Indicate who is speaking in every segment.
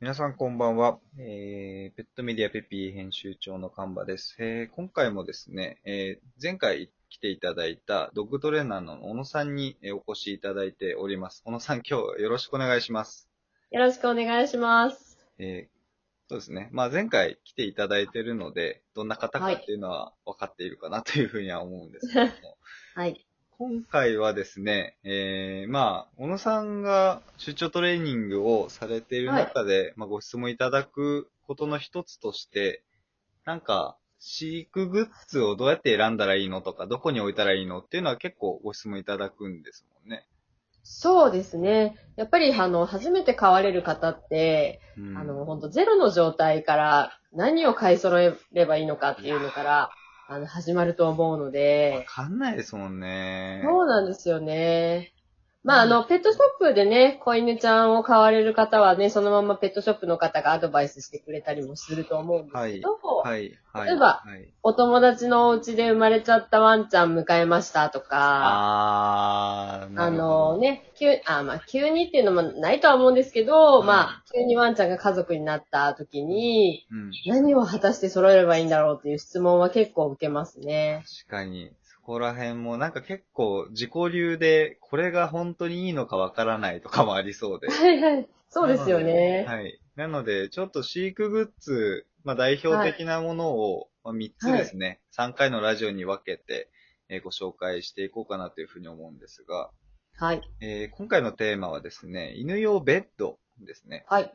Speaker 1: 皆さんこんばんは、えーペットメディアペピー編集長のカンバです。えー今回もですね、えー前回来ていただいたドッグトレーナーの小野さんにえーお越しいただいております。小野さん今日よろしくお願いします。
Speaker 2: よろしくお願いします。
Speaker 1: えーそうですね。まあ前回来ていただいているので、どんな方かっていうのは分かっているかなというふうには思うんですけども、
Speaker 2: はい。
Speaker 1: 今回はですね、えー、まあ、小野さんが出張トレーニングをされている中で、まあ、ご質問いただくことの一つとして、なんか、飼育グッズをどうやって選んだらいいのとか、どこに置いたらいいのっていうのは結構ご質問いただくんですもんね。
Speaker 2: そうですね。やっぱり、あの、初めて飼われる方って、
Speaker 1: うん、
Speaker 2: あの、本当ゼロの状態から何を買い揃えればいいのかっていうのから、あの、始まると思うの
Speaker 1: わ
Speaker 2: で、
Speaker 1: かんないですもんね。
Speaker 2: そうなんですよね。まあ、あの、ペットショップでね、子犬ちゃんを飼われる方はね、そのままペットショップの方がアドバイスしてくれたりもすると思うんですけど、
Speaker 1: はい、はい。
Speaker 2: 例えば
Speaker 1: はい、
Speaker 2: お友達のお家で生まれちゃったワンちゃん迎えましたとか、
Speaker 1: あー、な
Speaker 2: あ
Speaker 1: るほ
Speaker 2: の
Speaker 1: ど。
Speaker 2: ね、急、あ、まあ、急にっていうのもないとは思うんですけど、
Speaker 1: うん
Speaker 2: まあ、急にワンちゃんが家族になった時に、
Speaker 1: うん。
Speaker 2: 何を果たして揃えればいいんだろうっていう質問は結構受けますね。
Speaker 1: 確かに、そこら辺もなんか結構自己流で、これが本当にいいのかわからないとかもありそうで。
Speaker 2: はいはい。そうですよね。
Speaker 1: はい。なので、ちょっと飼育グッズ、まあ代表的なものを、まあ、3つですね、3回のラジオに分けて、えーご紹介していこうかなというふうに思うんですが、
Speaker 2: はい。
Speaker 1: えー今回のテーマはですね、犬用ベッドですね。
Speaker 2: はい。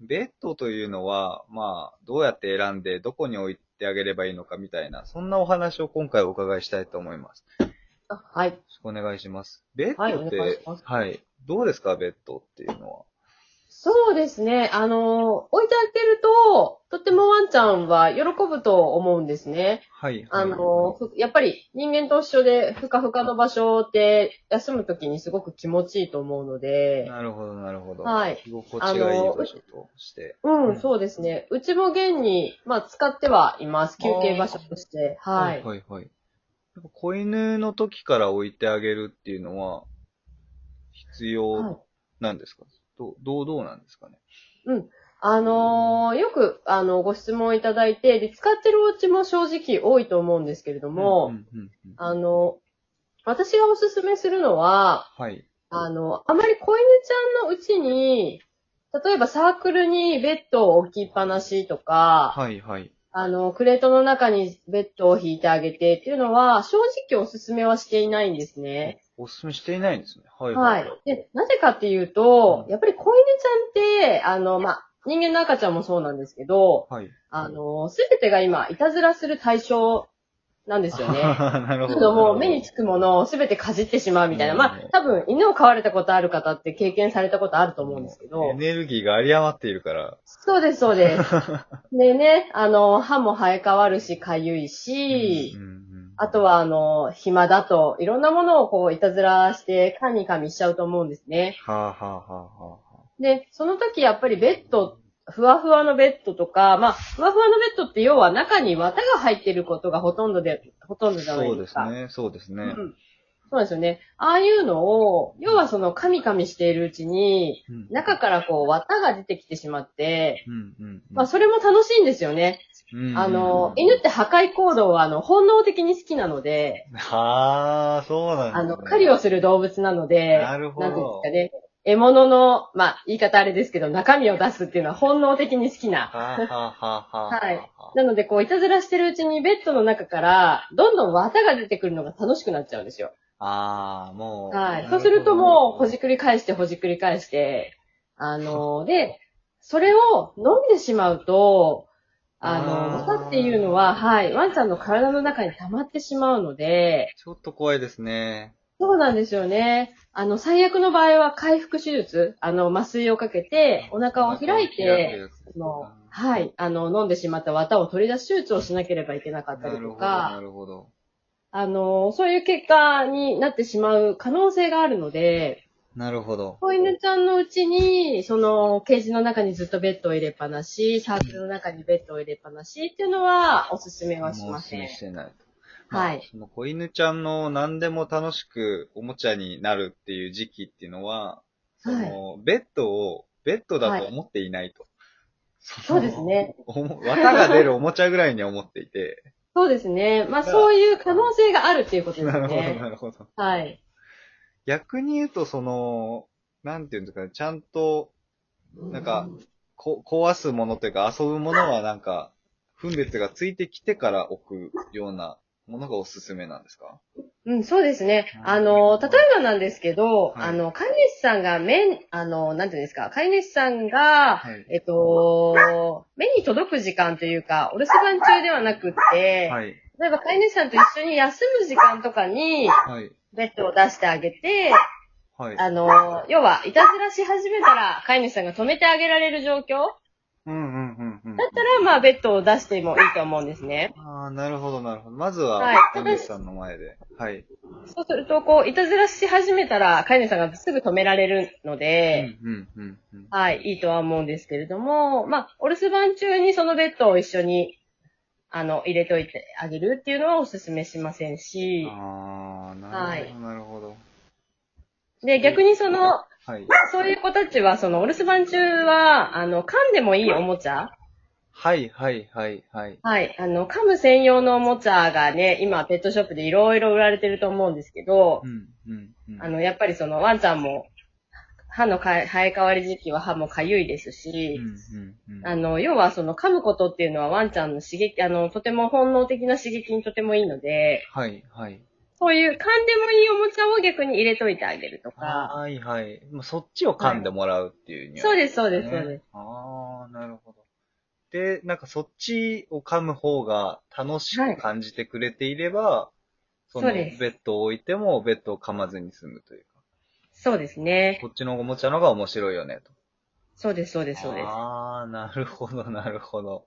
Speaker 1: ベッドというのは、まあ、どうやって選んで、どこに置いてあげればいいのかみたいな、そんなお話を今回お伺いしたいと思います。
Speaker 2: あはい。
Speaker 1: よろしくお願いします。ベッドって、
Speaker 2: は
Speaker 1: はい
Speaker 2: お願い
Speaker 1: い
Speaker 2: します、
Speaker 1: どうですか、ベッドっていうのは。
Speaker 2: そうですね。あの、置いてあげると、とってもワンちゃんは喜ぶと思うんですね。
Speaker 1: はい。
Speaker 2: あの、ふやっぱり人間と一緒で、ふかふかの場所って休む時にすごく気持ちいいと思うので、
Speaker 1: なるほど、なるほど。
Speaker 2: はい。
Speaker 1: 居心地がいい場所として。
Speaker 2: うん、そうですね。うちも現に、まあ、使ってはいます。
Speaker 1: あ
Speaker 2: 休
Speaker 1: ー
Speaker 2: 憩場所として。はい。
Speaker 1: はい、はい。やっぱ子犬の時から置いてあげるっていうのは、必
Speaker 2: は
Speaker 1: 要
Speaker 2: い
Speaker 1: なんですか、どうどう、どうなんですかね。
Speaker 2: あのーよく、あの、ご質問いただいて、で、使ってるお家も正直多いと思うんですけれど
Speaker 1: う
Speaker 2: も、
Speaker 1: んうんうんうん
Speaker 2: あの、私がおすすめするのは、
Speaker 1: はい。
Speaker 2: あの、あまり子犬ちゃんのうちに、例えばサークルにベッドを置きっぱなしとか、
Speaker 1: はい、はい。
Speaker 2: あの、クレートの中にベッドを引いてあげてっていうのは、正直おすすめはしていないんですね。
Speaker 1: おすすめしていないんですね。はい、
Speaker 2: はい。で、なぜかっていうと
Speaker 1: う、ん
Speaker 2: やっぱり子犬ちゃんって、あの、まあ、人間の赤ちゃんもそうなんですけど、
Speaker 1: はい。
Speaker 2: あの、すべてが今、いたずらする対象なんですよね。
Speaker 1: なる
Speaker 2: ち
Speaker 1: ほ
Speaker 2: ょ
Speaker 1: ど。
Speaker 2: っともう目につくものをすべてかじってしまうみたいな。
Speaker 1: うん
Speaker 2: まあ、多分、犬を飼われたことある方って経験されたことあると思うんですけ
Speaker 1: エ
Speaker 2: ど。
Speaker 1: ネルギーがあり余っているから。
Speaker 2: そうです、そ うです。でね、あの、歯も生え変わるし、かゆいし、
Speaker 1: うんうん
Speaker 2: あとは、あの、暇だと、いろんなものをこう、いたずらして、噛み噛みしちゃうと思うんですね。
Speaker 1: はあ、はあはあはあ、
Speaker 2: で、その時やっぱりベッド、ふわふわのベッドとか、まあ、ふわふわのベッドって要は中に綿が入ってることがほとんどで、ほとんどじゃない
Speaker 1: そう
Speaker 2: で
Speaker 1: ですす
Speaker 2: か。
Speaker 1: ね、そうですね。
Speaker 2: うん。そうなんですよね。ああいうのを、要はその、カミカミしているうちに、
Speaker 1: うん
Speaker 2: 中からこう、綿が出てきてしまって、
Speaker 1: うんうんうん
Speaker 2: まあ、それも楽しいんですよね。
Speaker 1: うん
Speaker 2: あの、犬って破壊行動は、あの、本能的に好きなので、
Speaker 1: はあ、そうなん
Speaker 2: あの、狩りをする動物なので、
Speaker 1: なるほど
Speaker 2: んていうんですかね。獲物の、まあ、言い方あれですけど、中身を出すっていうのは本能的に好きな。
Speaker 1: はあ、はあはあはあ、
Speaker 2: はいなので、こう、いたずらしてるうちにベッドの中から、どんどん綿が出てくるのが楽しくなっちゃうんですよ。
Speaker 1: ああ、もう。
Speaker 2: はい。
Speaker 1: な
Speaker 2: そ
Speaker 1: ほ
Speaker 2: う
Speaker 1: ど
Speaker 2: するともう、ほじくり返して、ほじくり返して、あの、で、それを飲んでしまうと、あ
Speaker 1: あ
Speaker 2: の、
Speaker 1: ー
Speaker 2: 綿っていうのは、はい、ワンちゃんの体の中に溜まってしまうので、
Speaker 1: ちょっと怖いですね。
Speaker 2: そうなんですよね。あの、最悪の場合は回復手術、あの、麻酔をかけて、お腹を開いて、あのはい、あの、飲んでしまった綿を取り出す手術をしなければいけなかったり
Speaker 1: なる
Speaker 2: と
Speaker 1: ほど、な
Speaker 2: か、
Speaker 1: るほど。
Speaker 2: あの、そういう結果になってしまう可能性があるので、
Speaker 1: なるほど。
Speaker 2: 子犬ちゃんのうちに、その、ケージの中にずっとベッドを入れっぱなし、サークルの中にベッドを入れっぱなしっていうのは、おすすめはし
Speaker 1: もう
Speaker 2: ま
Speaker 1: おすす
Speaker 2: せん
Speaker 1: め。してないと。
Speaker 2: はい
Speaker 1: まあその子犬ちゃんの何でも楽しくおもちゃになるっていう時期っていうのは、その、ベッドを、ベッドだと思っていないと。
Speaker 2: そうですね。
Speaker 1: おも綿が出るおもちゃぐらいには思ってい て。
Speaker 2: そうですね。まあ、そういう可能性があるっていうことで
Speaker 1: な
Speaker 2: す
Speaker 1: るほど、な
Speaker 2: ね。
Speaker 1: るほど。
Speaker 2: はい。
Speaker 1: 逆に言うと、その、なんていうんですかね、ちゃんと、なんか、こ壊すものというか遊ぶものはなんか、分別がついてきてから置くようなものがおすすめなんですか
Speaker 2: うん、そうですね
Speaker 1: う。ん
Speaker 2: あの、例えばなんですけど、
Speaker 1: はい
Speaker 2: あの、飼い主さんが目、あの、なんていうんですか、飼い主さんが、
Speaker 1: はい。
Speaker 2: えっと、目に届く時間というか、お留守番中ではなくって、
Speaker 1: はい。
Speaker 2: 例えば飼い主さんと一緒に休む時間とかに、
Speaker 1: はい。
Speaker 2: ベッドを出してあげて、
Speaker 1: はい。
Speaker 2: あの、要は、いたずらし始めたら、飼い主さんが止めてあげられる状況
Speaker 1: うんうんうんうん。
Speaker 2: だったら、まあ、ベッドを出してもいいと思うんですね。
Speaker 1: ああ、なるほど、なるほど。まずは、
Speaker 2: はい
Speaker 1: お姉さんの前で。はい。
Speaker 2: そうすると、こう、いたずらし始めたら、飼い主さんがすぐ止められるの
Speaker 1: う
Speaker 2: で、
Speaker 1: ん、うん、うんうん。
Speaker 2: はい、いいとは思うんですけれども、まあ、お留守番中にそのベッドを一緒に、あの、入れといてあげるっていうのはお勧めしませんし、
Speaker 1: ああ、な
Speaker 2: は
Speaker 1: るほ
Speaker 2: い
Speaker 1: ど、なるほど。
Speaker 2: で、逆にその、
Speaker 1: はい。
Speaker 2: そういう子たちは、その、お留守番中は、あの、噛んでもいいおもちゃ
Speaker 1: はい、はい、はい、はい。
Speaker 2: はい。あの、噛む専用のおもちゃがね、今、ペットショップでいろいろ売られてると思うんですけど
Speaker 1: う、ん、うん、うん。
Speaker 2: あの、やっぱりその、ワンちゃんも、歯のかえ生え変わり時期は歯もかゆいです
Speaker 1: うん、
Speaker 2: し、
Speaker 1: うん、うん。
Speaker 2: あの、要はその、噛むことっていうのはワンちゃんの刺激、あの、とても本能的な刺激にとてもいいので、
Speaker 1: はい、はい。
Speaker 2: そういう噛んでもいいおもちゃを逆に入れといてあげるとか、
Speaker 1: はい、はい。まあ、そっちを噛んでもらうっていうには、
Speaker 2: そうです、そうです、そう
Speaker 1: ね
Speaker 2: です。
Speaker 1: ああ、なるほど。で、なんかそっちを噛む方が楽しく感じてくれていれば、その
Speaker 2: そうです
Speaker 1: ベッドを置いてもベッドを噛まずに済むというか、
Speaker 2: そうですね。
Speaker 1: こっちのおもちゃの方が面白いよね、と。
Speaker 2: そうです、そうです、そうです。
Speaker 1: ああ、なるほ ど、なるほど。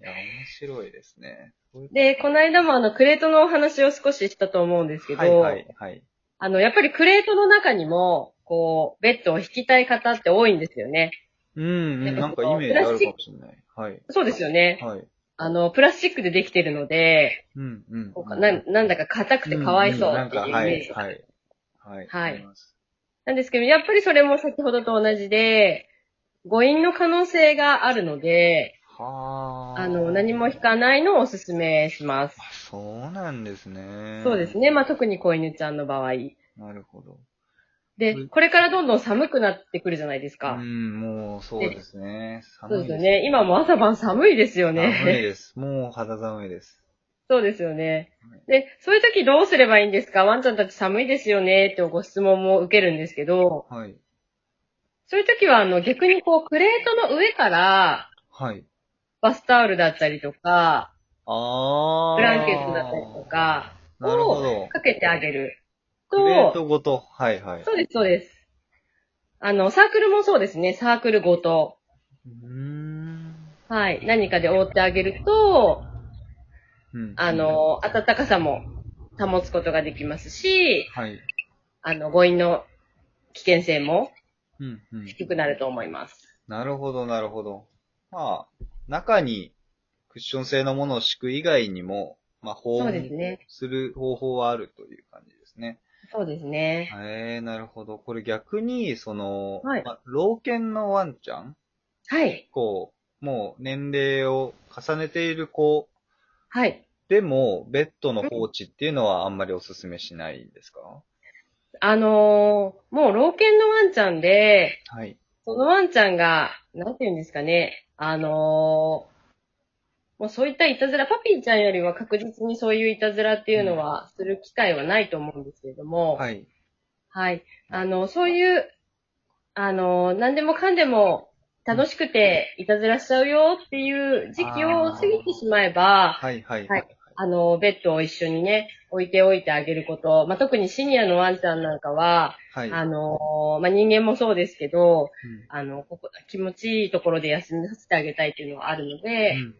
Speaker 1: いや、面白いですね。そういう
Speaker 2: で、この間もあの、クレートのお話を少ししたと思うんですけど、
Speaker 1: はいはいはい。
Speaker 2: あの、やっぱりクレートの中にも、こう、ベッドを引きたい方って多いんですよね。
Speaker 1: うん、うん、なんかイメージあるかもしれない。はい。
Speaker 2: そうですよね。
Speaker 1: はい。
Speaker 2: あの、プラスチックでできてるので、
Speaker 1: うん、うん。
Speaker 2: こうかななんだか硬くてかわいそう
Speaker 1: なん
Speaker 2: ってい
Speaker 1: か、
Speaker 2: うイ
Speaker 1: は
Speaker 2: メー
Speaker 1: い、
Speaker 2: ジ。
Speaker 1: はい。はい。
Speaker 2: はい
Speaker 1: あります
Speaker 2: なんですけど、やっぱりそれも先ほどと同じで、誤飲の可能性があるので、
Speaker 1: はあ。
Speaker 2: あの、何も引かないのをおすすめします。
Speaker 1: あそうなんですね。
Speaker 2: そうですね。まあ、特に子犬ちゃんの場合。
Speaker 1: なるほど。
Speaker 2: で、これからどんどん寒くなってくるじゃないです
Speaker 1: う
Speaker 2: か。
Speaker 1: ん、もうそうですね。
Speaker 2: そう
Speaker 1: 寒
Speaker 2: で
Speaker 1: い
Speaker 2: すよ
Speaker 1: です。
Speaker 2: ね。今も朝晩寒いですよね。
Speaker 1: 寒いです。もう肌寒いです。
Speaker 2: そうですよね。で、そういう時どうすればいいんですかワンちゃんたち寒いですよねってご質問も受けるんですけど、
Speaker 1: はい。
Speaker 2: そういう時はあの逆にこうクレートの上から
Speaker 1: はい。
Speaker 2: バスタオルだったりとか、
Speaker 1: あー。
Speaker 2: ブランケットだったりと。か
Speaker 1: なるほ
Speaker 2: を
Speaker 1: ど。
Speaker 2: かけてあげる
Speaker 1: プレー
Speaker 2: と、
Speaker 1: トごと。はいはい。
Speaker 2: そうです、そうです。あの、サークルもそうですね、サークルごと。
Speaker 1: うーん。
Speaker 2: はい、何かで覆ってあげると、
Speaker 1: うん
Speaker 2: あ、の、暖かさも保つことができますし、
Speaker 1: はい。
Speaker 2: あの、誤飲の危険性も
Speaker 1: うんうん。
Speaker 2: 低くなると思います。
Speaker 1: なるほど、なるほど。まあ、中にクッション製のものを敷く以外にも、まあ、保
Speaker 2: そう
Speaker 1: 温
Speaker 2: ですね。
Speaker 1: する方法はあるという感じですね。
Speaker 2: そうですね。
Speaker 1: ええなるほど。これ逆に、その、
Speaker 2: はい
Speaker 1: まあ老犬のワンちゃん
Speaker 2: はい。
Speaker 1: こう、もう年齢を重ねている子
Speaker 2: はい。
Speaker 1: でも、ベッドの放置っていうのはあんまりお勧めしないんですか
Speaker 2: あのーもう老犬のワンちゃんで、
Speaker 1: はい。
Speaker 2: そのワンちゃんが、なんて言うんですかね、あのーもうそういったいたずら、パピーちゃんよりは確実にそういういたずらっていうのは、する機会はないと思うんですけれども、
Speaker 1: は
Speaker 2: はい。
Speaker 1: い。
Speaker 2: あの、そういう、あのー何でもかんでも楽しくていたずらしちゃうよっていう時期を過ぎてしまえば、
Speaker 1: はい、はい。
Speaker 2: はいあの、ベッドを一緒にね、置いておいてあげること。まあ、特にシニアのワンちゃんなんかは、
Speaker 1: はい。
Speaker 2: あの、まあ、人間もそうですけ
Speaker 1: う
Speaker 2: ど、
Speaker 1: ん
Speaker 2: あの、ここ、気持ちいいところで休みさせてあげたいっていうのはあるので、
Speaker 1: うんうん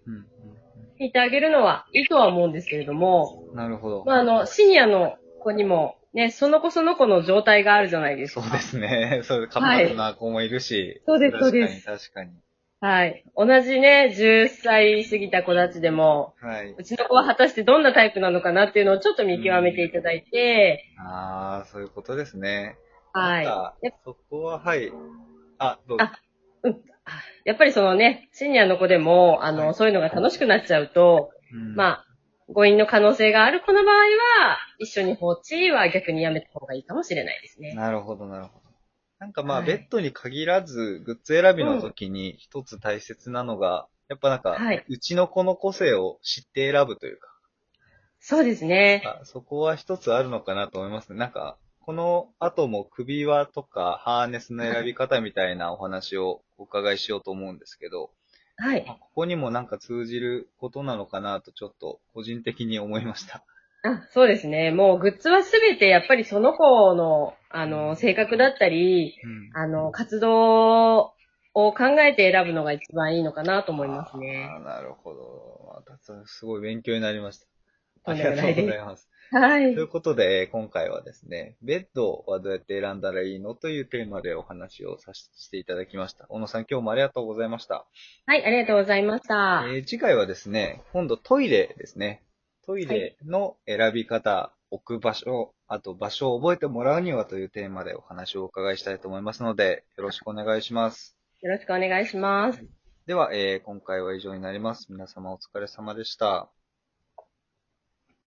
Speaker 2: 引いてあげるのはいいとは思うんですけれども、
Speaker 1: うんなるほど。
Speaker 2: まあ、あの、シニアの子にも、ね、その子その子の状態があるじゃないです
Speaker 1: そ
Speaker 2: か。
Speaker 1: うで。すね。そう、活
Speaker 2: はい
Speaker 1: 発な子もいるし。
Speaker 2: そうですそうです
Speaker 1: 確かに、
Speaker 2: はい。同じね、10歳過ぎた子たちでも、
Speaker 1: 確かに。はい。
Speaker 2: うちの子は果たしてどんなタイプなのかなっていうのをちょっと見極めていただいて、
Speaker 1: ああ、そういうことですね。
Speaker 2: はい。
Speaker 1: なんかそこは、はい。あ、どうぞ。
Speaker 2: あうんあやっぱりそのね、シニアの子でも、あの、
Speaker 1: はい
Speaker 2: そういうのが楽しくなっちゃうと、
Speaker 1: うんあ、
Speaker 2: まあ、誤飲の可能性がある子の場合は、一緒に放置は逆にやめた方がいいかもしれないですね。
Speaker 1: なるほど、なるほど。なんかまあ、
Speaker 2: はい
Speaker 1: ベッドに限らず、グッズ選びの時に一つ大切なのが、やっぱなんか、
Speaker 2: はいう
Speaker 1: ちの子の個性を知って選ぶというか、
Speaker 2: そうですね。
Speaker 1: あそこは一つあるのかなと思いますね。なんか、この後も首輪とかハーネスの選び方みたいなお話をお伺いしようと思うんですけど、
Speaker 2: はい。
Speaker 1: まあここにもなんか通じることなのかなとちょっと個人的に思いました。
Speaker 2: あそうですね。もうグッズはすべてやっぱりその子の、あの、性格だったり、
Speaker 1: うん
Speaker 2: あの、活動を考えて選ぶのが一番いいのかなと思いますね。
Speaker 1: あーなるほど。またすごい勉強になりました。
Speaker 2: と
Speaker 1: あ
Speaker 2: ん
Speaker 1: り
Speaker 2: で
Speaker 1: が
Speaker 2: も
Speaker 1: と
Speaker 2: ないうです
Speaker 1: ございます。
Speaker 2: は
Speaker 1: と
Speaker 2: い
Speaker 1: い。うことで、えー今回はですね、ベッドはどうやって選んだらいいのというテーマでお話をさせていただきました。小野さん、今日もありがとうございました。
Speaker 2: はい、ありがとうございました。
Speaker 1: えー次回はですね、今度トイレですね。トイレの選び方、置く場所、あと場所を覚えてもらうにはというテーマでお話をお伺いしたいと思いますので、よろしくお願いします。
Speaker 2: よろしくお願いします。
Speaker 1: では、えー今回は以上になります。皆様お疲れ様でした。